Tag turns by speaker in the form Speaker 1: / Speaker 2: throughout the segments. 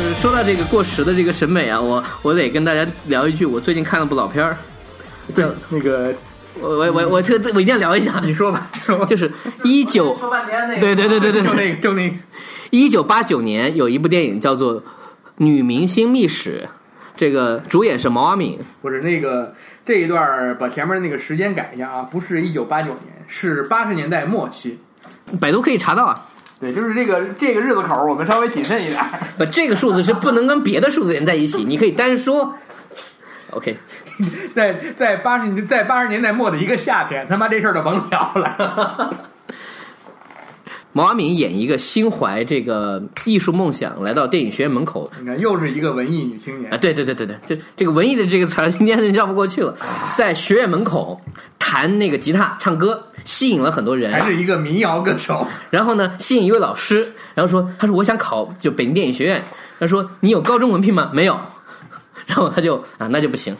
Speaker 1: 呃到这个过时的这个审美啊，我我得跟大家聊一句，我最近看了部老片儿，
Speaker 2: 对
Speaker 1: 叫，
Speaker 2: 那个
Speaker 1: 我我我我特我一定要聊一下，
Speaker 2: 你说吧，说吧，
Speaker 1: 就是一九
Speaker 3: 说半天那个，
Speaker 1: 对对对对对
Speaker 2: 就
Speaker 1: 对，
Speaker 2: 那个就那个，
Speaker 1: 一九八九年有一部电影叫做《女明星秘史》，这个主演是毛阿敏，
Speaker 2: 不是那个这一段儿把前面的那个时间改一下啊，不是一九八九年，是八十年代末期。
Speaker 1: 百度可以查到啊。
Speaker 2: 对，就是这个这个日子口儿，我们稍微谨慎一点儿。
Speaker 1: 不，这个数字是不能跟别的数字连在一起，你可以单说。OK，
Speaker 2: 在在八十在八十年代末的一个夏天，他妈这事儿就甭聊了。
Speaker 1: 毛阿敏演一个心怀这个艺术梦想，来到电影学院门口。
Speaker 2: 你看，又是一个文艺女青
Speaker 1: 啊，
Speaker 2: 年，
Speaker 1: 对对对对对，这这个文艺的这个词儿今天绕不过去了，
Speaker 2: 啊
Speaker 1: 在学院门口弹那个吉他唱歌，吸引了很多人。
Speaker 2: 还是一个民谣歌手。
Speaker 1: 然后呢，吸引一位老师，然后说，他说我想考就北京电影学院，他说你有高中文凭吗？没有， 然后他就啊那就不行。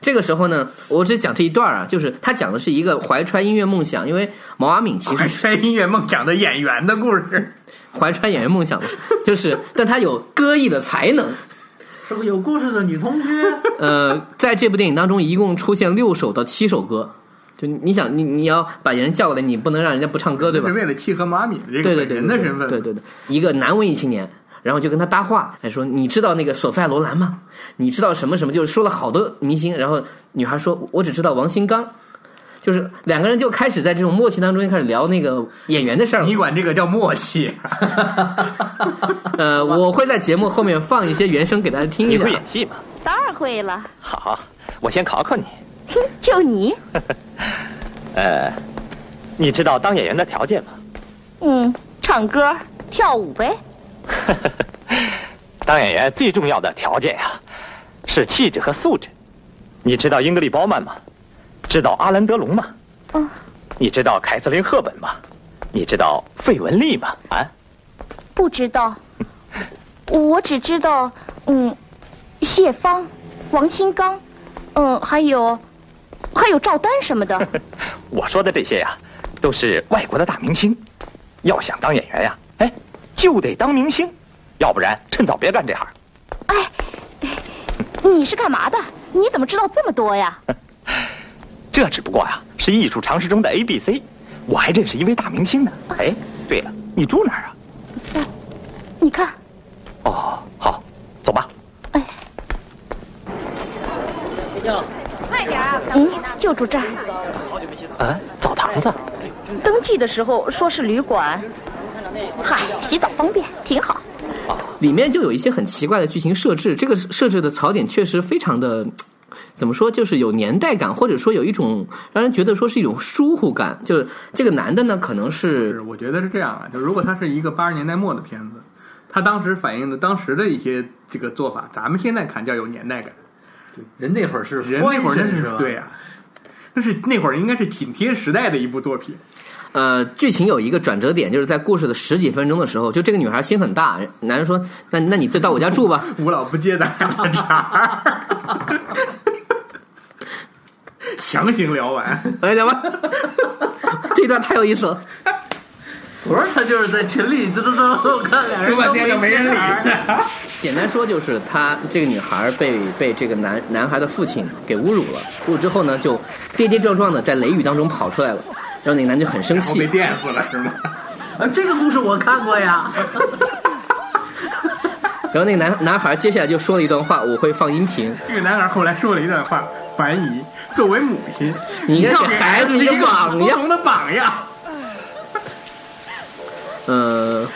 Speaker 1: 这个时候呢，我只讲这一段啊，就是他讲的是一个怀揣音乐梦想，因为毛阿敏其实
Speaker 2: 怀揣音乐梦想的演员的故事，
Speaker 1: 怀揣演员梦想的，就是但他有歌艺的才能。
Speaker 3: 是个有故事的女同居，
Speaker 1: 呃，在这部电影当中，一共出现六首到七首歌，就你想你你要把人叫过来，你不能让人家不唱歌，对吧
Speaker 2: 是？为了契合毛阿敏的这
Speaker 1: 对
Speaker 2: 个
Speaker 1: 对对
Speaker 2: 本人的身
Speaker 1: 对
Speaker 2: 份。
Speaker 1: 对对，一个男文艺青年，然后就跟他搭话，还说你知道那个索菲亚罗兰吗？你知道什么什么？就是说了好多明星，然后女孩说，我只知道王新刚，就是两个人就开始在这种默契当中就开始聊那个演员的事儿了
Speaker 2: 你。管这个叫默契？
Speaker 1: 呃，我会在节目后面放一些原声给大家听一
Speaker 4: 你
Speaker 1: 下
Speaker 4: 会。演戏吗？
Speaker 5: 当然会了，
Speaker 4: 好，我先考考你。
Speaker 5: 哼，就你，
Speaker 4: 呃，你知道当演员的条件吗？
Speaker 5: 嗯，唱歌跳舞呗，
Speaker 4: 当演员最重要的条件呀、是气质和素质。你知道英格丽·褒曼吗？知道阿兰·德龙吗？
Speaker 5: 嗯，
Speaker 4: 你知道凯瑟琳·赫本吗？你知道费雯丽吗？啊，
Speaker 5: 不知道，我只知道，嗯，谢芳、王新刚，嗯，还有还有赵丹什么的，
Speaker 4: 我说的这些呀、都是外国的大明星。要想当演员呀、哎，就得当明星，要不然趁早别干这行。
Speaker 5: 哎，你是干嘛的？你怎么知道这么多呀？
Speaker 4: 这只不过呀、是艺术常识中的 A、B、C。我还认识一位大明星呢。哎，对了，你住哪儿啊？
Speaker 5: 你看，
Speaker 4: 哦，好，走吧。
Speaker 5: 哎，
Speaker 6: 快点啊！
Speaker 5: 嗯，就住这儿。
Speaker 4: 啊，澡堂子。
Speaker 5: 登记的时候说是旅馆，嗨，洗澡方便，挺好。
Speaker 1: 里面就有一些很奇怪的剧情设置，这个设置的槽点确实非常的。怎么说，就是有年代感，或者说有一种让人觉得说是一种疏忽感。就是这个男的呢，可能
Speaker 2: 是，
Speaker 1: 是
Speaker 2: 我觉得是这样啊，就如果它是一个八十年代末的片子，它当时反映的当时的一些这个做法，咱们现在看叫有年代感。
Speaker 3: 人那会儿是
Speaker 2: 人那会儿
Speaker 3: 官
Speaker 2: 真
Speaker 3: 绅
Speaker 2: 是
Speaker 3: 吧？
Speaker 2: 对呀、那是那会儿应该是紧贴时代的一部作品。
Speaker 1: 呃，剧情有一个转折点，就是在故事的十几分钟的时候，就这个女孩心很大，男人说：“那那你就到我家住吧。
Speaker 2: 无老不接的大茬儿， 强行聊完，”
Speaker 1: 哎，怎么？ 这一段太有意思了。
Speaker 3: 昨儿他就是在群里嘟嘟嘟，我看俩人
Speaker 2: 说半天就没人 理
Speaker 3: 都没接茬儿。
Speaker 2: 他。
Speaker 1: 简单说就是她这个女孩被被这个男男孩的父亲给侮辱了，侮辱之后呢，就跌跌撞撞的在雷雨当中跑出来了，然后那个男就很生
Speaker 2: 然后被
Speaker 1: 气，
Speaker 2: 电死了是吗？
Speaker 3: 啊，这个故事我看过呀。
Speaker 1: 然后那个男男孩接下来就说了一段话，我会放音频，
Speaker 2: 这个男孩后来说了一段话：“樊姨，作为母亲，
Speaker 1: 你应该
Speaker 2: 要
Speaker 1: 给孩子
Speaker 2: 一
Speaker 1: 一个
Speaker 2: 个
Speaker 1: 榜
Speaker 2: 不
Speaker 1: 样
Speaker 2: 同的榜样。
Speaker 1: 呃，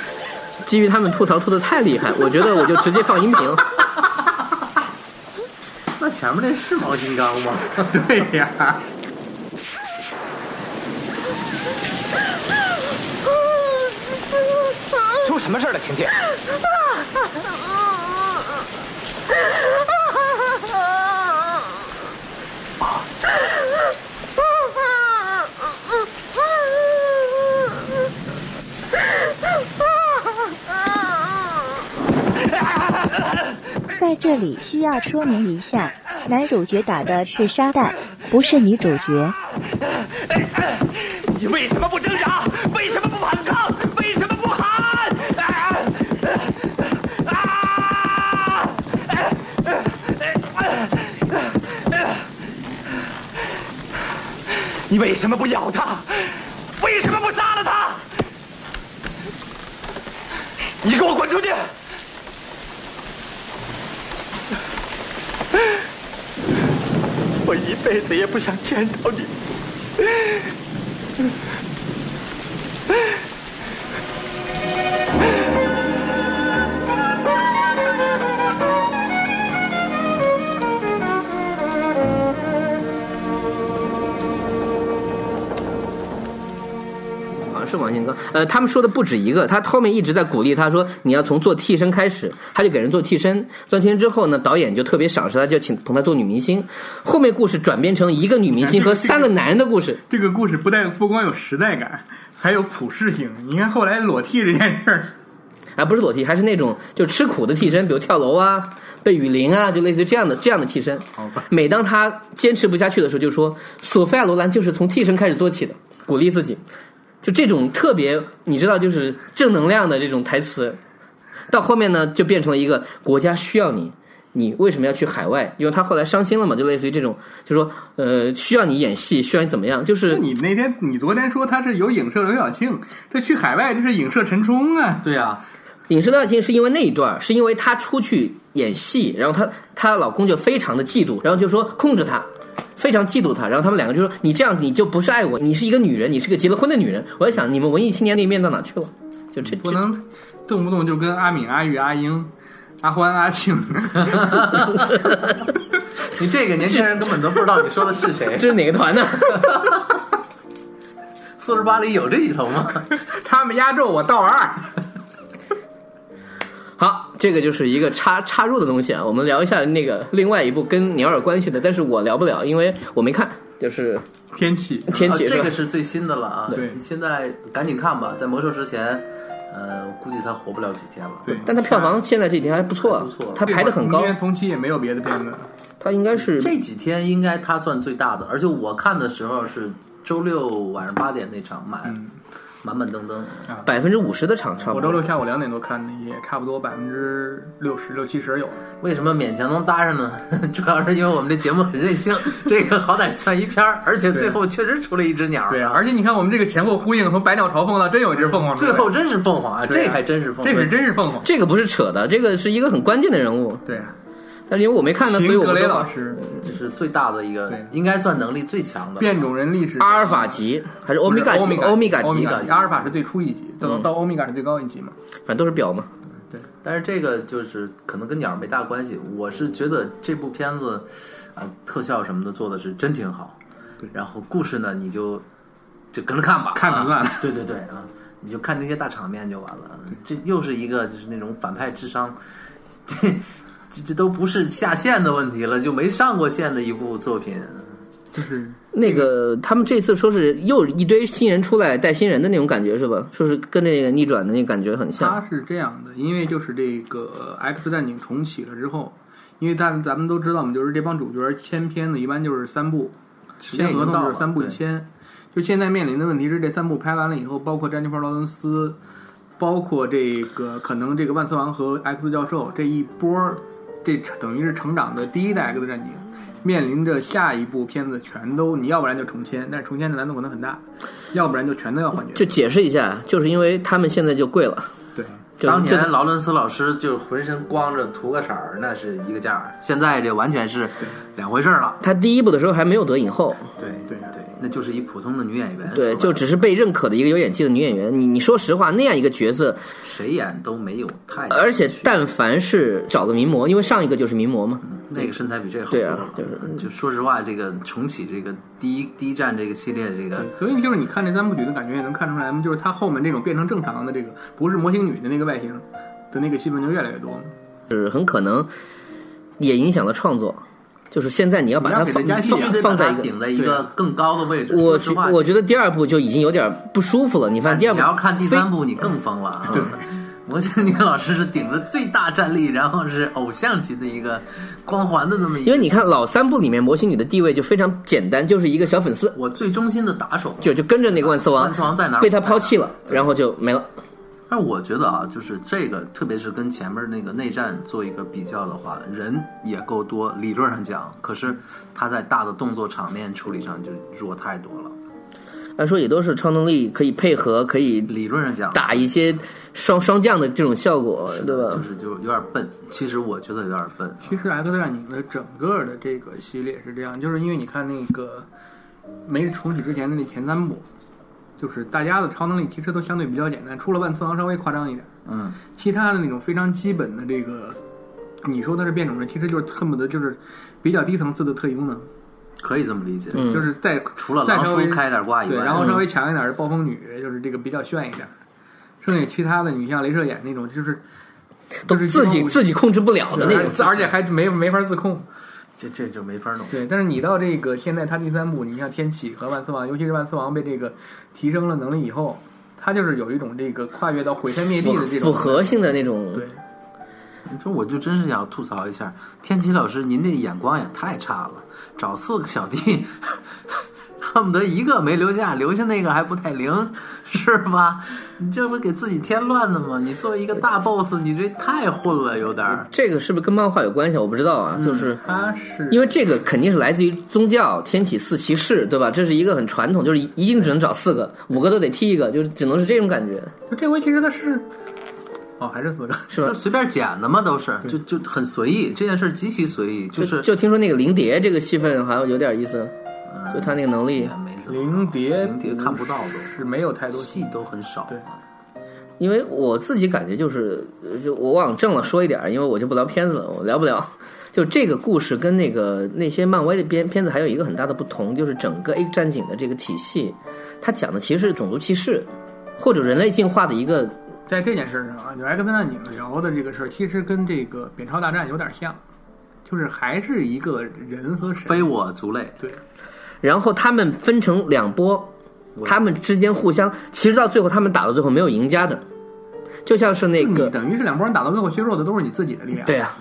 Speaker 1: 基于他们吐槽吐的太厉害，我觉得我就直接放音频了。
Speaker 3: 那前面那是王新刚吗？”
Speaker 2: 对呀，
Speaker 4: 出什么事儿了，婷婷？啊，
Speaker 7: 在这里需要说明一下，男主角打的是沙袋，不是女主角。
Speaker 4: 你为什么不挣扎？为什么不反抗？为什么不喊？啊！啊！你为什么不咬他？为什么不杀了他？你给我滚出去！我一辈子也不想见到你。
Speaker 1: 好像是王新刚，呃，他们说的不止一个，他后面一直在鼓励他说你要从做替身开始，他就给人做替身，做替身之后呢，导演就特别赏识他，就请捧他做女明星。后面故事转变成一个女明星和三个男人的故事，
Speaker 2: 这个故事不但不光有时代感，还有普适性。你看后来裸替这件事儿，
Speaker 1: 啊，不是裸替，还是那种就吃苦的替身，比如跳楼啊、被雨淋啊，就类似于这样的这样的替身。
Speaker 2: 好吧
Speaker 1: 每当他坚持不下去的时候，就说索菲亚·罗兰就是从替身开始做起的，鼓励自己。就这种特别，你知道，就是正能量的这种台词，到后面呢，就变成了一个国家需要你，你为什么要去海外？因为他后来伤心了嘛，就类似于这种，就说呃，需要你演戏，需要你怎么样，就是
Speaker 2: 你那天你昨天说他是有影射刘晓庆，这去海外这是影射陈冲啊。
Speaker 3: 对呀，
Speaker 1: 影视廖庆是因为那一段儿，是因为她出去演戏，然后她她老公就非常的嫉妒，然后就说控制她，非常嫉妒她，然后他们两个就说你这样你就不是爱我，你是一个女人，你是个结了婚的女人。我在想你们文艺青年那一面到哪去了？就这
Speaker 2: 不
Speaker 1: 这
Speaker 2: 能动不动就跟阿敏、阿玉、阿英、阿欢、阿庆，
Speaker 3: 你这个年轻人根本都不知道你说的是 谁
Speaker 1: 这。是哪个团呢？
Speaker 3: 四十八里有这一头吗？
Speaker 2: 他们压轴我倒二。
Speaker 1: 好，这个就是一个插插入的东西啊。我们聊一下那个另外一部跟鸟有关系的，但是我聊不了，因为我没看，就是
Speaker 2: 天气
Speaker 1: 天
Speaker 3: 啊
Speaker 1: 气是
Speaker 3: 这
Speaker 1: 吧
Speaker 3: 个？是最新的了啊！
Speaker 2: 对
Speaker 3: 现在赶紧看吧，在魔兽之前，呃，估计他活不了几天了。
Speaker 2: 对，
Speaker 1: 但它票房现在这几天还不错，
Speaker 3: 还不错
Speaker 1: 它排的很高
Speaker 2: 因，为同期也没有别的片子，
Speaker 1: 它应该是
Speaker 3: 这几天应该他算最大的，而且我看的时候是周六晚上八点那场，满、
Speaker 2: 嗯
Speaker 3: 满满登登。
Speaker 1: 百分之五十的场差不
Speaker 2: 我
Speaker 1: 多
Speaker 2: 周。六下午两点多看的，也差不多百分之六十六七十有了。
Speaker 3: 为什么勉强能搭上呢？ 主要是因为我们这节目很 任性，这个好歹算一篇儿，而且最后确实出了一只鸟儿。
Speaker 2: 对啊，而且你看我们这个前后呼应，从百鸟朝凤到真有一只凤凰出来，
Speaker 3: 最后真是凤凰啊，
Speaker 2: 对啊
Speaker 3: 这还真是凤凰，
Speaker 2: 这是真是凤凰。
Speaker 1: 这个不是扯的，这个是一个很关键的人物，
Speaker 2: 对啊，
Speaker 1: 但是因为我没看呢，所以
Speaker 2: 秦
Speaker 1: 我呃
Speaker 2: 格
Speaker 1: 不
Speaker 2: 雷
Speaker 1: 知
Speaker 2: 老
Speaker 1: 道。
Speaker 2: 师
Speaker 3: 这是最大的一个
Speaker 2: 对，
Speaker 3: 应该算能力最强的。
Speaker 2: 变种人历史
Speaker 1: 阿尔法级还是欧米伽级？
Speaker 2: 欧
Speaker 1: 欧米伽级，
Speaker 2: 伽
Speaker 1: 反
Speaker 2: 级，阿尔法是最初一级，到
Speaker 1: 嗯
Speaker 2: 到欧米伽是最高一级嘛。
Speaker 1: 正都是表
Speaker 2: 嗯
Speaker 1: 嘛。
Speaker 3: 但是这个就是可能跟鸟儿没大关系。我是觉得这部片子，啊、特效什么的做的是真挺好。然后故事呢，你就就跟着看吧，
Speaker 2: 看明白了
Speaker 3: 啊对对对啊，你就看那些大场面就完了。这又是一个就是那种反派智商，这这这都不是下线的问题了，就没上过线的一部作品。
Speaker 2: 就是
Speaker 1: 那个他们这次说是又一堆新人出来带新人的那种感觉是吧？说是跟那个逆转的那个感觉很像。
Speaker 2: 它是这样的，因为就是这个《X 战警》重启了之后，因为咱咱们都知道嘛，就是这帮主角签片子一般就是三部，签合同就是三部一签。就现在面临的问题是，这三部拍完了以后，包括詹妮弗·劳伦斯，包括这个可能这个万磁王和 X 教授这一波儿，这等于是成长的第一代 X 战警，面临着下一部片子全都你要不然就重签，但是重签的难度可能很大，要不然就全都要换角色
Speaker 1: 就。解释一下，就是因为他们现在就贵了。
Speaker 2: 对，
Speaker 1: 就
Speaker 3: 当
Speaker 1: 这
Speaker 3: 年劳伦斯老师就是浑身光着涂个色儿，那是一个价儿，现在这完全是两回事儿了。
Speaker 1: 他第一部的时候还没有得影后，
Speaker 3: 对
Speaker 2: 对
Speaker 3: 对，那就是一普通的女演员，
Speaker 1: 对，
Speaker 3: 说白了
Speaker 1: 就只是被认可的一个有演技的女演员。你你说实话，那样一个角色，
Speaker 3: 谁演都没有太，
Speaker 1: 而且但凡是找个名模，因为上一个就是名模嘛，
Speaker 3: 那个身材比这个好多
Speaker 1: 对
Speaker 3: 了
Speaker 1: 啊，就是
Speaker 3: 就说实话，这个重启这个第一第一站这个系列这个
Speaker 2: 对，所以就是你看这三部曲的感觉也能看出来嘛，就是它后面这种变成正常的这个不是模型女的那个外形的那个戏份就越来越多嘛。
Speaker 1: 是很可能也影响了创作。就是现在你要把它
Speaker 2: 你要给
Speaker 1: 放
Speaker 2: 它加戏啊
Speaker 1: 放
Speaker 3: 必须得把
Speaker 1: 放在
Speaker 3: 它
Speaker 1: 一个
Speaker 3: 顶在一个更高的位置。
Speaker 1: 我
Speaker 3: 说
Speaker 1: 觉
Speaker 3: 实话，
Speaker 1: 我觉得第二部就已经有点不舒服了。你发现第二
Speaker 3: 你要
Speaker 1: 部
Speaker 3: 看第三部，你更疯了啊！魔性女老师是顶着最大战力，然后是偶像级的一个光环的那么一个，
Speaker 1: 因为你看老三部里面魔形女的地位就非常简单，就是一个小粉丝，
Speaker 3: 我最忠心的打手，
Speaker 1: 就就跟着那个万磁王，
Speaker 3: 万磁王在哪儿
Speaker 1: 被他抛弃了，然后就没了。
Speaker 3: 但我觉得啊，就是这个，特别是跟前面那个内战做一个比较的话，人也够多，理论上讲，可是他在大的动作场面处理上就弱太多了。
Speaker 1: 按说也都是超能力可以配合，可以
Speaker 3: 理论上讲，
Speaker 1: 打一些双双降的这种效果，对吧
Speaker 3: 就？是就有点笨。其实我觉得有点笨。啊
Speaker 2: 其实《X 战警》的整个的这个系列是这样，就是因为你看那个呃没重启之前的那前三部，就是大家的超能力其实都相对比较简单，除了万磁王稍微夸张一点，
Speaker 3: 嗯，
Speaker 2: 其他的那种非常基本的这个，你说它是变种人，其实就是恨不得就是比较低层次的特异功能，
Speaker 3: 可以这么理解。
Speaker 1: 嗯
Speaker 2: 就是再
Speaker 3: 除了
Speaker 2: 再
Speaker 3: 狼
Speaker 2: 稍
Speaker 3: 叔
Speaker 2: 微
Speaker 3: 开点挂以
Speaker 2: 对，
Speaker 3: 外，
Speaker 2: 然后稍微强一点的暴风女，就是这个比较炫一点。剩下其他的，你像镭射眼那种，就是
Speaker 1: 都
Speaker 2: 就是
Speaker 1: 自
Speaker 2: 激
Speaker 1: 己
Speaker 2: 光武器
Speaker 1: 自己控制不了哦的那种。
Speaker 2: 而且还没没法自控。
Speaker 3: 这这就没法弄。
Speaker 2: 对，但是你到这个现在他第三部，你像天启和万磁王，尤其是万磁王被这个提升了能力以后，他就是有一种这个跨越到毁天灭地
Speaker 1: 符
Speaker 2: 的这
Speaker 1: 符
Speaker 2: 种
Speaker 1: 合性的那种
Speaker 2: 对，
Speaker 3: 这我就真是想吐槽一下，天奇老师，您这眼光也太差了，找四个小弟， 恨不得一个没留下，留下那个还不太灵，是吧？你这不是给自己添乱的吗？你作为一个大 boss，你这太混了，有点儿。
Speaker 1: 这个是不是跟漫画有关系啊？我不知道啊，就是
Speaker 2: 他是
Speaker 1: 因为这个肯定是来自于宗教天启四骑士，对吧？这是一个很传统，就是一一定只能找四个，五个都得踢一个，就是只能是这种感觉，
Speaker 2: 这回其实他是哦还是四个，
Speaker 1: 是
Speaker 3: 就
Speaker 1: 吧？
Speaker 3: 随便捡的嘛，都是就就很随意，这件事儿极其随意，
Speaker 1: 就是就听说那个灵蝶这个戏份好像有点意思，
Speaker 3: 嗯
Speaker 1: 就他那个能力
Speaker 3: 也，没怎么
Speaker 2: 灵蝶
Speaker 3: 灵蝶看不到
Speaker 2: 是没有太
Speaker 3: 都，
Speaker 2: 多
Speaker 3: 戏都很少
Speaker 2: 对。
Speaker 1: 因为我自己感觉就是，呃就我往正了说一点儿，因为我就不聊片子了，我聊不了。 就这个故事跟那个那些漫威的片片子还有一个很大的不同，就是整个 X 战警的这个体系，它讲的其实是种族歧视或者人类进化的一个
Speaker 2: 在这件事上啊，就 X 战警聊的这个事儿，其实跟这个扁超大战有点像，就是还是一个人和神
Speaker 3: 非我族类，
Speaker 2: 对，
Speaker 1: 然后他们分成两波，他们之间互相，其实到最后他们打到最后没有赢家的，就像是那
Speaker 2: 就你
Speaker 1: 个
Speaker 2: 等于是两拨人打到最后削弱的都是你自己的力量，
Speaker 1: 对啊，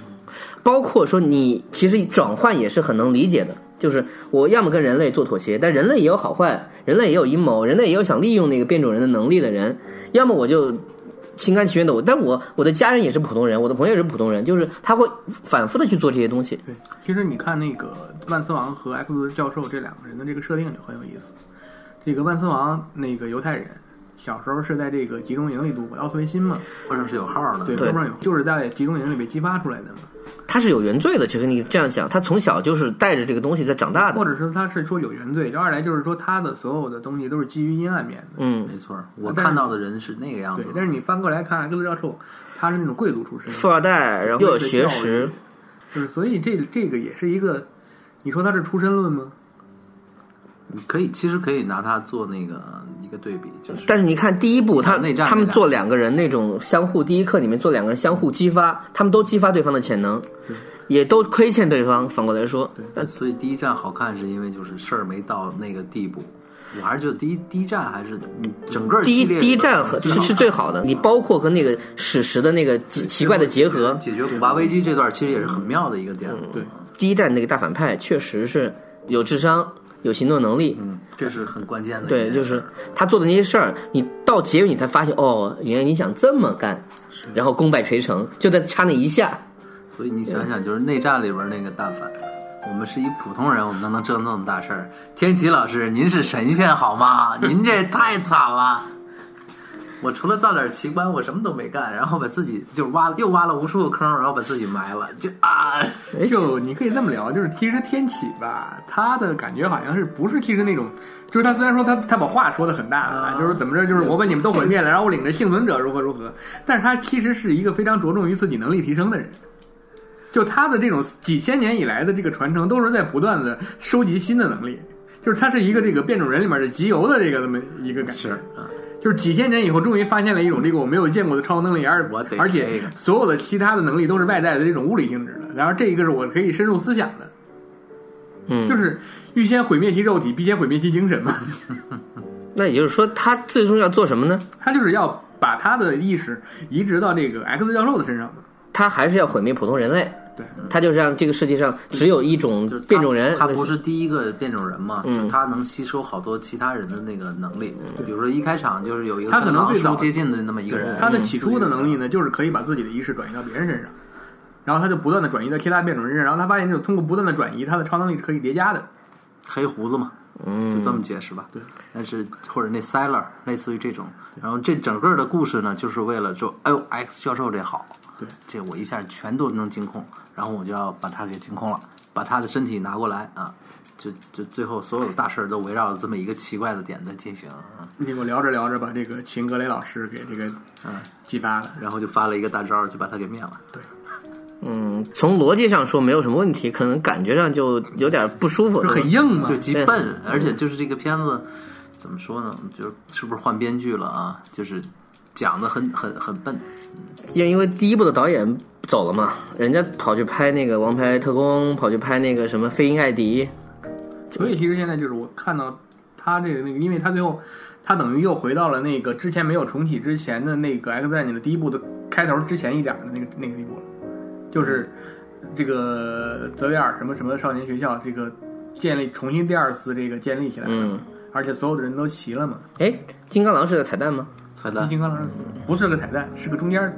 Speaker 1: 包括说你其实转换也是很能理解的，就是我要么跟人类做妥协，但人类也有好坏，人类也有阴谋，人类也有想利用那个变种人的能力的人，要么我就。心甘情愿的我，但我我的家人也是普通人，我的朋友也是普通人，就是他会反复的去做这些东西。
Speaker 2: 对，其实你看那个万磁王和 X 教授这两个人的这个设定就很有意思。这个万磁王那个犹太人，小时候是在这个集中营里度过，要随心嘛，
Speaker 3: 或者是有号的，
Speaker 2: 对，
Speaker 1: 对
Speaker 2: 后面有就是在集中营里被激发出来的嘛，
Speaker 1: 他是有原罪的，其实你这样想，他从小就是带着这个东西在长大的
Speaker 2: 或。者是他是说有原罪，二来就是说他的所有的东西都是基于阴暗面的，
Speaker 1: 嗯，
Speaker 3: 没错儿。我
Speaker 2: 但是
Speaker 3: 看到的人是那个样
Speaker 2: 对
Speaker 3: 子。。
Speaker 2: 但是你翻过来看 X 教授，他是那种贵族出身，
Speaker 1: 富二代，然后又有学识，
Speaker 2: 就是所以这这个也是一个，你说他是出身论吗？
Speaker 3: 你可以，其实可以拿它做那个一个对比，就是
Speaker 1: 但是你看第一部，他
Speaker 3: 内战
Speaker 1: 他们
Speaker 3: 内战
Speaker 1: 做两个人那种相互，第一课里面做两个人相互激发，他们都激发对方的潜能，也都亏欠对方。反过来说，但
Speaker 3: 所以第一站好看是因为就是事儿没到那个地步，我还是觉得第一第一站还是嗯整个
Speaker 1: 第
Speaker 3: 系
Speaker 1: 一
Speaker 3: 列
Speaker 1: 第一站和
Speaker 3: 很
Speaker 1: 是是最好的，你包括和那个史实的那个奇奇怪的结合，
Speaker 3: 解决古巴危机这段其实也是很妙的一个点子，
Speaker 2: 对
Speaker 1: 第一站那个大反派确实是有智商、有行动能力，
Speaker 3: 嗯，这是很关键的一件
Speaker 1: 对，
Speaker 3: 事，
Speaker 1: 就是他做的那些事儿，你到结尾你才发现，哦，原来你想这么干，然后功败垂成，就在差那一下。
Speaker 3: 所以你想想，就是内战里边那个大反，我们是一普通人，我们都能折腾那么大事儿。天奇老师，您是神仙 好吗？您这太惨了。我除了造点奇观，我什么都没干，然后把自己就挖又挖了无数个坑，然后把自己埋了，就啊，
Speaker 1: 哎
Speaker 2: 就你可以这么聊，就是其实天启吧，他的感觉好像是不是其实那种，就是他虽然说他他把话说的很大啊，就是怎么着，就是我把你们都毁灭了，然后我领着幸存者如何如何，但是他其实是一个非常着重于自己能力提升的人。就他的这种几千年以来的这个传承，都是在不断的收集新的能力，就是他是一个这个变种人里面的集邮的这个这么一个感觉。
Speaker 3: 啊，
Speaker 2: 就是几千年以后，终于发现了一种这个我没有见过的超能力，而
Speaker 3: 我得
Speaker 2: 而
Speaker 3: 这
Speaker 2: 且
Speaker 3: 个
Speaker 2: 所有的其他的能力都是外在的这种物理性质的，然后这一个是我可以深入思想的，
Speaker 1: 嗯，
Speaker 2: 就是预先毁灭其肉体，必先毁灭其精神 嘛。
Speaker 1: 那也就是说，他最终要做什么呢？
Speaker 2: 他就是要把他的意识移植到这个 X 教授的身上嘛。
Speaker 1: 他还是要毁灭普通人类，
Speaker 2: 对，
Speaker 1: 他就是让这个世界上只有一种
Speaker 3: 就是他
Speaker 1: 变种人，
Speaker 3: 他不是第一个变种人嘛，
Speaker 1: 嗯
Speaker 3: 就他能吸收好多其他人的那个能力。比如说一开场就是有一个
Speaker 2: 嗯他可能最
Speaker 3: 跟狼
Speaker 2: 早
Speaker 3: 叔接近的那么一个人，
Speaker 2: 他的起初的能力呢，就是可以把自己的意识转移到别人身上，然后他就不断的转移到其他变种人身上，然后他发现，就通过不断的转移，他的超能力是可以叠加的。
Speaker 3: 黑胡子嘛，
Speaker 1: 嗯
Speaker 3: 就这么解释吧。对，但是或者那 s e l l e r 类似于这种，然后这整个的故事呢，就是为了说，哎呦，X 教授这好，
Speaker 2: 对，
Speaker 3: 这我一下全都能精控，然后我就要把他给精控了，把他的身体拿过来啊，就就最后所有大事儿都围绕着这么一个奇怪的点在进行，啊
Speaker 2: 你我聊着聊着，把这个秦格雷老师给这个
Speaker 3: 嗯，
Speaker 2: 激发了。
Speaker 3: 然后就发了一个大招儿，就把他给灭了。
Speaker 1: 嗯，从逻辑上说没有什么问题，可能感觉上就有点不舒服，
Speaker 2: 就很硬嘛
Speaker 3: 就，极笨，而且就是这个片子怎么说呢？就是是不是换编剧了啊？就是讲的很很很笨，
Speaker 1: 因因为第一部的导演走了嘛，人家跑去拍那个《王牌特工》，跑去拍那个什么《飞鹰艾迪》，
Speaker 2: 所以其实现在就是我看到他这个那个，因为他最后他等于又回到了那个之前没有重启之前的那个 X 战警的第一部的开头之前一点的那个那个地步了，就是这个泽维尔什么什么少年学校这个建立重新第二次这个建立起来了，
Speaker 1: 嗯，
Speaker 2: 而且所有的人都齐了嘛。
Speaker 1: 哎，金刚狼是个彩蛋吗？
Speaker 3: 彩
Speaker 2: 金
Speaker 3: 蛋
Speaker 2: 金刚狼
Speaker 3: 嗯
Speaker 2: 不是个彩蛋，是个中间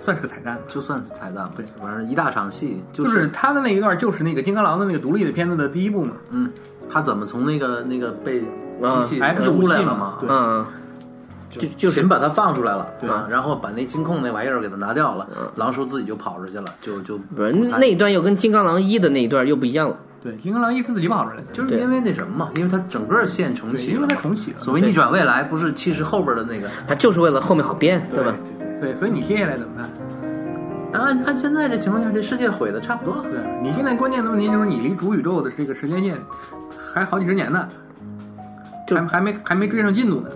Speaker 2: 算是个彩蛋吧。
Speaker 3: 就算是彩蛋吧。
Speaker 2: 对
Speaker 3: 反正一大场戏就
Speaker 2: 就是他的那一段，就是那个金刚狼的那个独立的片子的第一部嘛，
Speaker 3: 嗯，他怎么从那个那个被
Speaker 1: 啊
Speaker 3: 机器
Speaker 2: X
Speaker 3: 出来
Speaker 2: 哎武器
Speaker 3: 了
Speaker 2: 嘛
Speaker 3: 嘛？
Speaker 2: 对
Speaker 1: 嗯，
Speaker 3: 就
Speaker 1: 就是
Speaker 3: 神把他放出来了，
Speaker 2: 对嗯
Speaker 3: 啊，然后把那金控那玩意儿给他拿掉了，狼叔自己就跑出去了，就就
Speaker 1: 不是那一段又跟金刚狼一的那一段又不一样了。
Speaker 2: 对，金刚狼一是自己跑出来的，
Speaker 3: 就是
Speaker 1: 对
Speaker 3: 因为那什么嘛，因为他整个线重
Speaker 2: 对，
Speaker 3: 启
Speaker 2: 因为
Speaker 3: 了
Speaker 2: 他
Speaker 3: 嘛，
Speaker 2: 重启了，
Speaker 3: 所谓逆转未来不是其实后边的那个。啊
Speaker 1: 他就是为了后面好编，对吧？
Speaker 2: 对，所以你接下来怎么办？
Speaker 3: 按按现在这情况下，这世界毁的差不多了。
Speaker 2: 对你现在关键的问题就是你离主宇宙的这个时间线还好几十年呢，
Speaker 1: 就
Speaker 2: 还还没还没追上进度呢。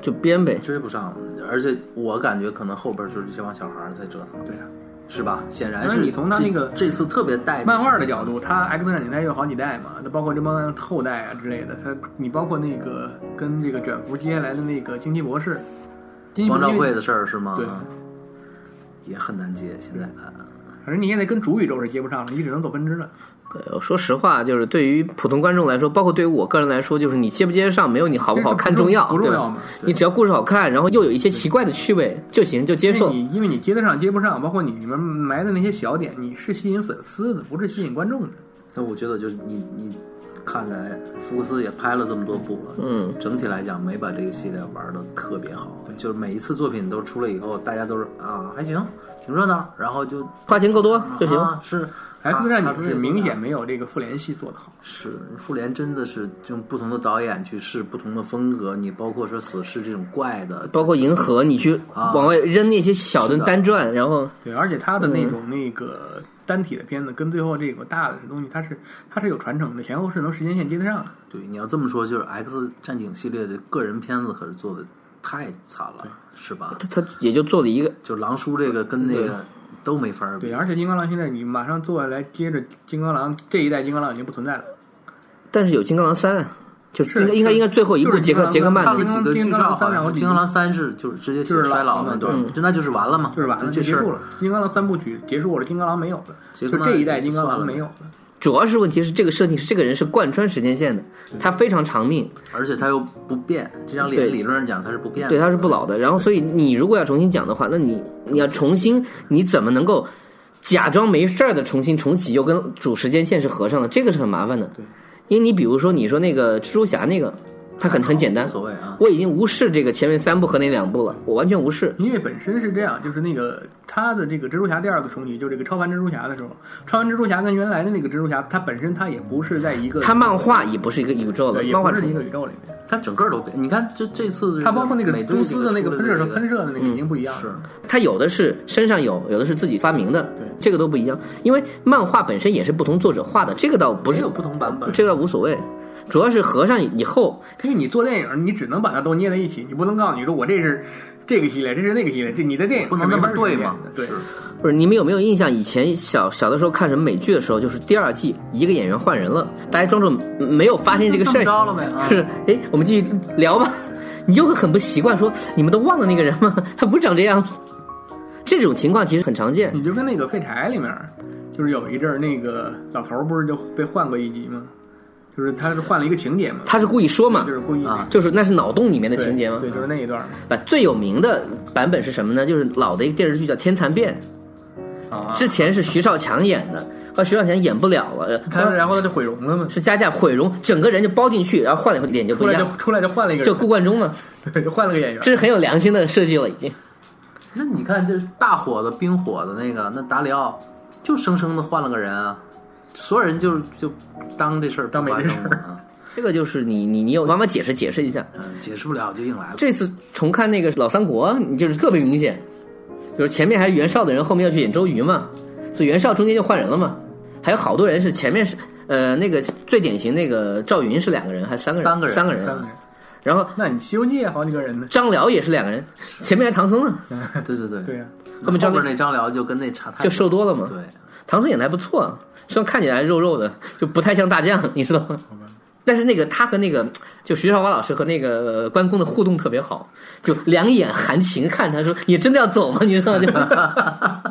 Speaker 1: 就编呗。
Speaker 3: 追不上了，而且我感觉可能后边就是这帮小孩儿在折腾，
Speaker 2: 对啊，
Speaker 3: 是吧？显然
Speaker 2: 但是
Speaker 3: 是
Speaker 2: 你从他
Speaker 3: 这
Speaker 2: 那个
Speaker 3: 这次特别带
Speaker 2: 漫画的角度，他 X 战警他也有好几代嘛，那包括这帮后代啊之类的，他你包括那个跟这个卷福接下来的那个惊奇博士，惊奇博
Speaker 3: 王
Speaker 2: 士
Speaker 3: 兆会的事儿是吗？
Speaker 2: 对
Speaker 3: 也很难接。现在看，
Speaker 2: 反正你现在跟主宇宙是接不上了，你只能走分支了。
Speaker 1: 呃，说实话，就是对于普通观众来说，包括对于我个人来说，就是你接不接得上，没有你好不好看重要，
Speaker 2: 不重
Speaker 1: 对
Speaker 2: 要
Speaker 1: 吧
Speaker 2: 嘛？
Speaker 1: 你只要故事好看，然后又有一些奇怪的趣味就行，就接
Speaker 2: 因为
Speaker 1: 受。
Speaker 2: 你因为你接得上接不上，包括你里面埋的那些小点，你是吸引粉丝的，不是吸引观众的。
Speaker 3: 那我觉得就是你你看来福克斯也拍了这么多部了，
Speaker 1: 嗯，
Speaker 3: 整体来讲没把这个系列玩的特别好，就是每一次作品都出来以后，大家都是啊还行，挺热闹，然后就
Speaker 1: 花钱够多就行。
Speaker 3: 啊是。
Speaker 2: X 战警是明
Speaker 3: 没。
Speaker 2: 显没有这个复联系做得好。
Speaker 3: 是复联真的是用不同的导演去试不同的风格，你包括说死侍这种怪的，
Speaker 1: 包括银河，你去
Speaker 3: 啊
Speaker 1: 往外扔那些小的
Speaker 3: 是的
Speaker 1: 单转，然后
Speaker 2: 对，而且它的
Speaker 3: 嗯
Speaker 2: 那种那个单体的片子跟最后这个大的东西，它是它是有传承的，前后是能时间线接得上的。
Speaker 3: 对，你要这么说，就是 X 战警系列的个人片子可是做的太惨了，是吧？
Speaker 1: 他他也就做了一个，
Speaker 3: 就狼叔这个跟那个都没法儿比
Speaker 2: 对，，而且金刚狼现在你马上坐下来接着金刚狼这一代金刚狼已经不存在了，
Speaker 1: 但是有金刚狼三啊，就是
Speaker 2: 是
Speaker 1: 应该应该
Speaker 2: 是
Speaker 1: 应该最后一
Speaker 2: 就
Speaker 1: 部
Speaker 2: 是
Speaker 1: 杰
Speaker 2: 金
Speaker 1: 克
Speaker 2: 刚
Speaker 1: 杰克
Speaker 2: 狼
Speaker 1: 曼
Speaker 3: 看
Speaker 2: 三
Speaker 3: 了
Speaker 1: 的，
Speaker 3: 几个剧照，好
Speaker 2: 金刚狼三然后
Speaker 3: 像
Speaker 2: 就
Speaker 3: 金刚狼三是就是直接写衰老嘛，
Speaker 2: 就是老了嘛嗯
Speaker 3: 对，就那就是完了嘛，
Speaker 2: 就是完了，
Speaker 3: 这
Speaker 2: 就结
Speaker 3: 事
Speaker 2: 束
Speaker 3: 儿
Speaker 2: 了。金刚狼三部曲结束了，金刚狼没有了，
Speaker 3: 结
Speaker 2: 就
Speaker 3: 果呢
Speaker 2: 这一代金刚狼没有了。
Speaker 1: 主要是问题是这个设定是这个人是贯穿时间线的，他非常长命，
Speaker 3: 而且他又不变，这张
Speaker 1: 对
Speaker 3: 脸理论上讲他是不变的，
Speaker 1: 对，他是不老的。然后，所以你如果要重新讲的话，那你你要重新，你怎么能够假装没事儿的重新重启，又跟主时间线是合上的？这个是很麻烦的。对，因为你比如说，你说那个蜘蛛侠那个，它很很简单
Speaker 3: 无，所谓啊。
Speaker 1: 我已经无视这个前面三部和那两部了，我完全无视。
Speaker 2: 因为本身是这样，就是那个他的这个蜘蛛侠第二次重启，就这个超凡蜘蛛侠的时候，超凡蜘蛛侠跟原来的那个蜘蛛侠，他本身他也不是在一个
Speaker 1: 它漫画也不是一个宇宙的，
Speaker 2: 嗯对，也
Speaker 1: 漫画
Speaker 2: 不
Speaker 1: 是
Speaker 2: 是一个宇宙里面。
Speaker 3: 他整个都变，你看这这次
Speaker 2: 它包括那个
Speaker 3: 美队
Speaker 2: 蛛丝的那个
Speaker 3: 出
Speaker 2: 喷
Speaker 3: 来
Speaker 2: 射
Speaker 3: 这
Speaker 2: 头喷射的那个已经不一样
Speaker 3: 嗯是
Speaker 2: 了。
Speaker 1: 它有的是身上有，有的是自己发明的，这个都不一样。因为漫画本身也是不同作者画的，这个倒不
Speaker 3: 也
Speaker 1: 是
Speaker 3: 有不同版本，
Speaker 1: 这个无所谓，主要是合上以后，
Speaker 2: 因为你做电影，你只能把它都捏在一起，你不能告诉你说我这是这个系列，这是那个系列，这你在电影
Speaker 3: 不能那么
Speaker 2: 是没法
Speaker 3: 对
Speaker 2: 实现
Speaker 3: 嘛
Speaker 2: 的？对
Speaker 3: 是，
Speaker 1: 不是你们有没有印象？以前小小的时候看什么美剧的时候，就是第二季一个演员换人了，大家装作没有发现这个事
Speaker 3: 这么着
Speaker 1: 儿，
Speaker 3: 了呗啊
Speaker 1: 就。是哎，我们继续聊吧。你就会很不习惯，说你们都忘了那个人吗？他不是长这样。这种情况其实很常 见。
Speaker 2: 你就跟那个废柴里面，就是有一阵儿那个老头儿不是就被换过一集吗？就是他是换了一个情节嘛，
Speaker 1: 他是故意说嘛
Speaker 2: 就，是故意
Speaker 3: 啊
Speaker 1: 就是那是脑洞里面的
Speaker 2: 对
Speaker 1: 情节吗？
Speaker 2: 对，就是那一段
Speaker 1: 把最有名的版本是什么呢？就是老的一个电视剧叫《天蚕变》，
Speaker 2: 啊
Speaker 1: 之前是徐少强演的，后来徐少强演不了了，
Speaker 2: 他然后他就毁容了嘛，
Speaker 1: 是加价毁容，整个人就包进去，然后换了个脸就
Speaker 2: 出
Speaker 1: 不一
Speaker 2: 来就
Speaker 1: 样，
Speaker 2: 出来就换了一个人，
Speaker 1: 就顾贯中嘛，
Speaker 2: 对，就 换了个演员。
Speaker 1: 这是很有良心的设计了，已经。
Speaker 3: 那你看这大火的冰火的那个，那达里奥就生生的换了个人啊，所有人就就当这事儿不
Speaker 2: 当没
Speaker 3: 发
Speaker 2: 这
Speaker 3: 生
Speaker 2: 事
Speaker 3: 了啊，
Speaker 1: 这个就是你你你有妈妈解释解释一下。
Speaker 3: 嗯，解释不了就硬来了。
Speaker 1: 这次重看那个老三国，你就是特别明显，就是前面还是袁绍的人，后面要去演周瑜嘛，所以袁绍中间就换人了嘛。还有好多人是前面是呃那个最典型那个赵云是两个人，还三个人，
Speaker 3: 三个人
Speaker 1: 三个
Speaker 2: 三个
Speaker 1: 人。
Speaker 2: 人
Speaker 1: 然后
Speaker 2: 那你《西游记》也好几个人呢？
Speaker 1: 张辽也是两个人，前面还唐僧呢，
Speaker 3: 对对对，
Speaker 2: 对呀，
Speaker 1: 后面张
Speaker 3: 嗯边那张辽就跟那差太
Speaker 1: 就瘦多了嘛。
Speaker 3: 对，嗯
Speaker 1: 唐僧演的还不错啊，虽然看起来肉肉的，就不太像大将，你知道吗？但是那个他和那个就徐少华老师和那个呃关公的互动特别好，就两眼含情看他说：“你真的要走吗？”你知道吗？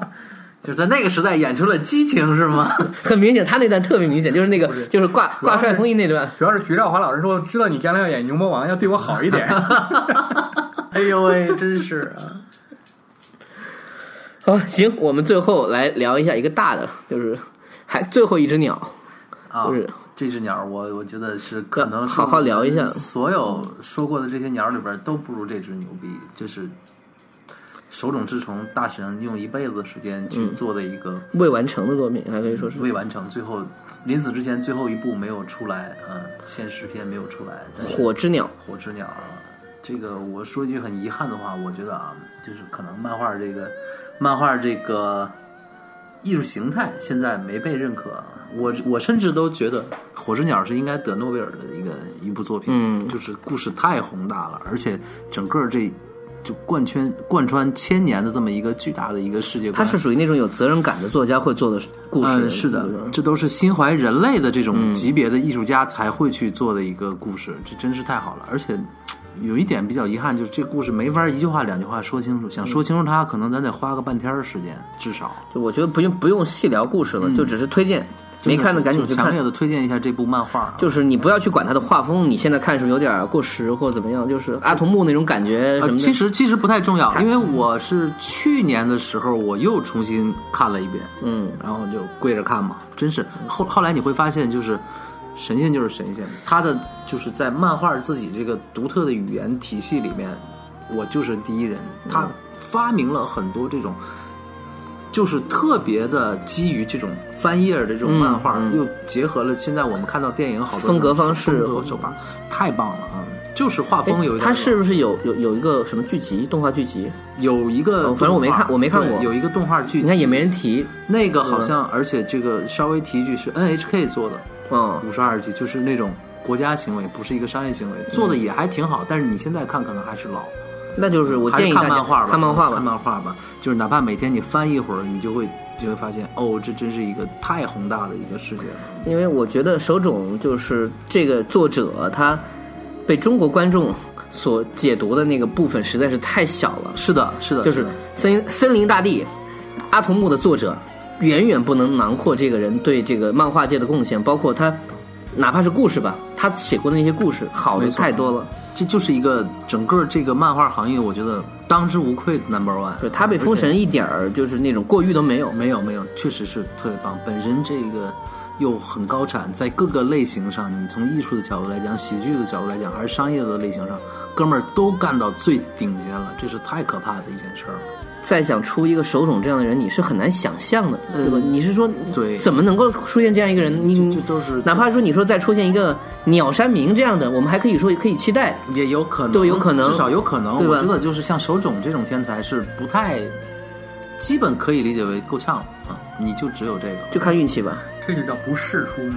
Speaker 1: 就
Speaker 3: 就在那个时代演出了激情是吗？
Speaker 1: 很明显，他那段特别明显，就是那个就是挂挂帅封印那段。
Speaker 2: 主要是徐兆华老师说，知道你将来要演牛魔王，要对我好一点。
Speaker 3: 哎呦喂，真是啊！
Speaker 1: 好，行，我们最后来聊一下一个大的，就是还最后一只鸟，
Speaker 3: 啊
Speaker 1: 就是
Speaker 3: 这只鸟，我我觉得是可能是
Speaker 1: 好好聊一下
Speaker 3: 所有说过的这些鸟里边都不如这只牛逼，就是手冢治虫大神用一辈子时间去做的一个
Speaker 1: 未完成的作品，还可以说是
Speaker 3: 未完成，最后临死之前最后一部没有出来，嗯，现实片没有出来，但是
Speaker 1: 火之鸟。
Speaker 3: 火之鸟，啊这个我说一句很遗憾的话，我觉得啊，就是可能漫画这个漫画这个艺术形态现在没被认可。啊我我甚至都觉得《火之鸟》是应该得诺贝尔的一个一部作品，
Speaker 1: 嗯
Speaker 3: 就是故事太宏大了，而且整个这就贯穿贯穿千年的这么一个巨大的一个世界观，
Speaker 1: 他是属于那种有责任感的作家会做的故事，嗯
Speaker 3: 嗯，是的，这都是心怀人类的这种级别的艺术家才会去做的一个故事，这真是太好了。而且有一点比较遗憾，就是这故事没法一句话两句话说清楚，想说清楚它，可能咱得花个半天儿时间，至少。
Speaker 1: 就我觉得不用不用细聊故事了，就只是推荐，没看的赶紧
Speaker 3: 嗯就
Speaker 1: 去
Speaker 3: 强烈
Speaker 1: 看。
Speaker 3: 的推荐一下这部漫画啊，
Speaker 1: 就是你不要去管他的画风，你现在看是不是有点过时或者怎么样？就是阿童木那种感觉什
Speaker 3: 呃
Speaker 1: 么的。
Speaker 3: 其实其实不太重要，因为我是去年的时候我又重新看了一遍，
Speaker 1: 嗯，
Speaker 3: 然后就跪着看嘛，真是后后来你会发现，就是神仙就是神仙，他的就是在漫画自己这个独特的语言体系里面，我就是第一人，
Speaker 1: 嗯
Speaker 3: 他发明了很多这种。就是特别的基于这种翻页的这种漫画，
Speaker 1: 嗯嗯
Speaker 3: 又结合了现在我们看到电影好多
Speaker 1: 风格方式
Speaker 3: 风格手法，太棒了啊！就是画
Speaker 1: 哎
Speaker 3: 风有一点，
Speaker 1: 他是不是有有有一个什么剧集，动画剧集？
Speaker 3: 有一个
Speaker 1: 哦
Speaker 3: 动画，
Speaker 1: 反正我没看我没看
Speaker 3: 对
Speaker 1: 过
Speaker 3: 有一个动画剧，
Speaker 1: 你看也没人提。
Speaker 3: 那个好像，而且这个稍微提一句是 NHK 做的
Speaker 1: 嗯，
Speaker 3: 五十二集，就是那种国家行为，不是一个商业行为，
Speaker 1: 嗯
Speaker 3: 做的也还挺好。但是你现在看可能还是老，
Speaker 1: 那就是我
Speaker 3: 还是
Speaker 1: 建议大
Speaker 3: 看
Speaker 1: 家
Speaker 3: 漫画吧，
Speaker 1: 看漫画
Speaker 3: 看
Speaker 1: 吧。
Speaker 3: 漫画吧，就是哪怕每天你翻一会儿，你就会就会发现，哦，这真是一个太宏大的一个世界了。
Speaker 1: 因为我觉得手冢就是这个作者，他被中国观众所解读的那个部分实在是太小了。
Speaker 3: 是的，是的，
Speaker 1: 就是
Speaker 3: 的
Speaker 1: 森森林大地，阿童木的作者远远不能囊括这个人对这个漫画界的贡献，包括他哪怕是故事吧，他写过的那些故事，好的
Speaker 3: 没错
Speaker 1: 太多了。
Speaker 3: 这就是一个整个这个漫画行业，我觉得当之无愧的 number one。
Speaker 1: 对他被封神一点儿就是那种过誉都没有。
Speaker 3: 没有没有，确实是特别棒。本身这个又很高产，在各个类型上，你从艺术的角度来讲，喜剧的角度来讲，还是商业的类型上，哥们儿都干到最顶尖了，这是太可怕的一件事儿了。
Speaker 1: 再想出一个手冢这样的人，你是很难想象的，对
Speaker 3: 嗯
Speaker 1: 吧？你是说
Speaker 3: 对
Speaker 1: 怎么能够出现这样一个人？你
Speaker 3: 这都是
Speaker 1: 哪怕说你说再出现一个鸟山明这样的，我们还可以说可以期待。
Speaker 3: 也有可能，
Speaker 1: 对有可能
Speaker 3: 至少有可能。
Speaker 1: 对吧
Speaker 3: 我觉得就是像手冢这种天才是不太，基本可以理解为够呛了啊，你就只有这个了。
Speaker 1: 就看运气吧，
Speaker 2: 这就叫不世出嘛。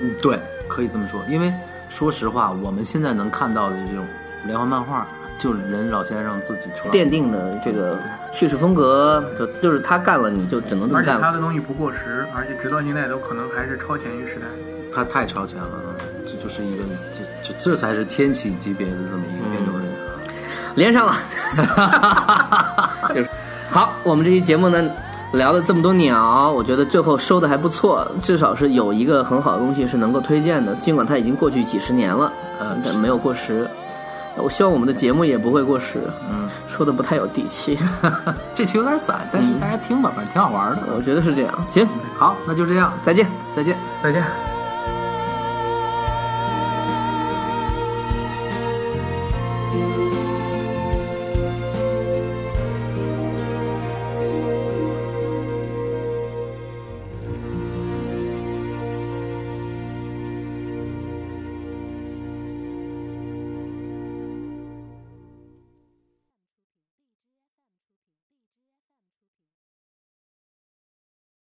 Speaker 3: 嗯，对，可以这么说。因为说实话，我们现在能看到的这种连环漫画，就任老先生自己出来
Speaker 1: 奠定的这个叙事风格，就就是他干了，你就只能这么
Speaker 2: 而且
Speaker 1: 干了
Speaker 2: 他。的东西不过时，而且直到现在都可能还是超前于时代。
Speaker 3: 他太超前了，啊！这就是一个这这这才是天启 级别的这么一个变种人。
Speaker 1: 连上了，就是好，我们这期节目呢，聊了这么多鸟，我觉得最后收的还不错，至少是有一个很好的东西是能够推荐的，尽管它已经过去几十年了，呃，但没有过时。我希望我们的节目也不会过时，
Speaker 3: 嗯，
Speaker 1: 说的不太有底 气，
Speaker 3: 这期有点散，但是大家听吧，反正挺好玩的。
Speaker 1: 我觉得是这样。行，
Speaker 3: 好，那就这样，
Speaker 1: 再见。
Speaker 3: 再见。
Speaker 2: 再见。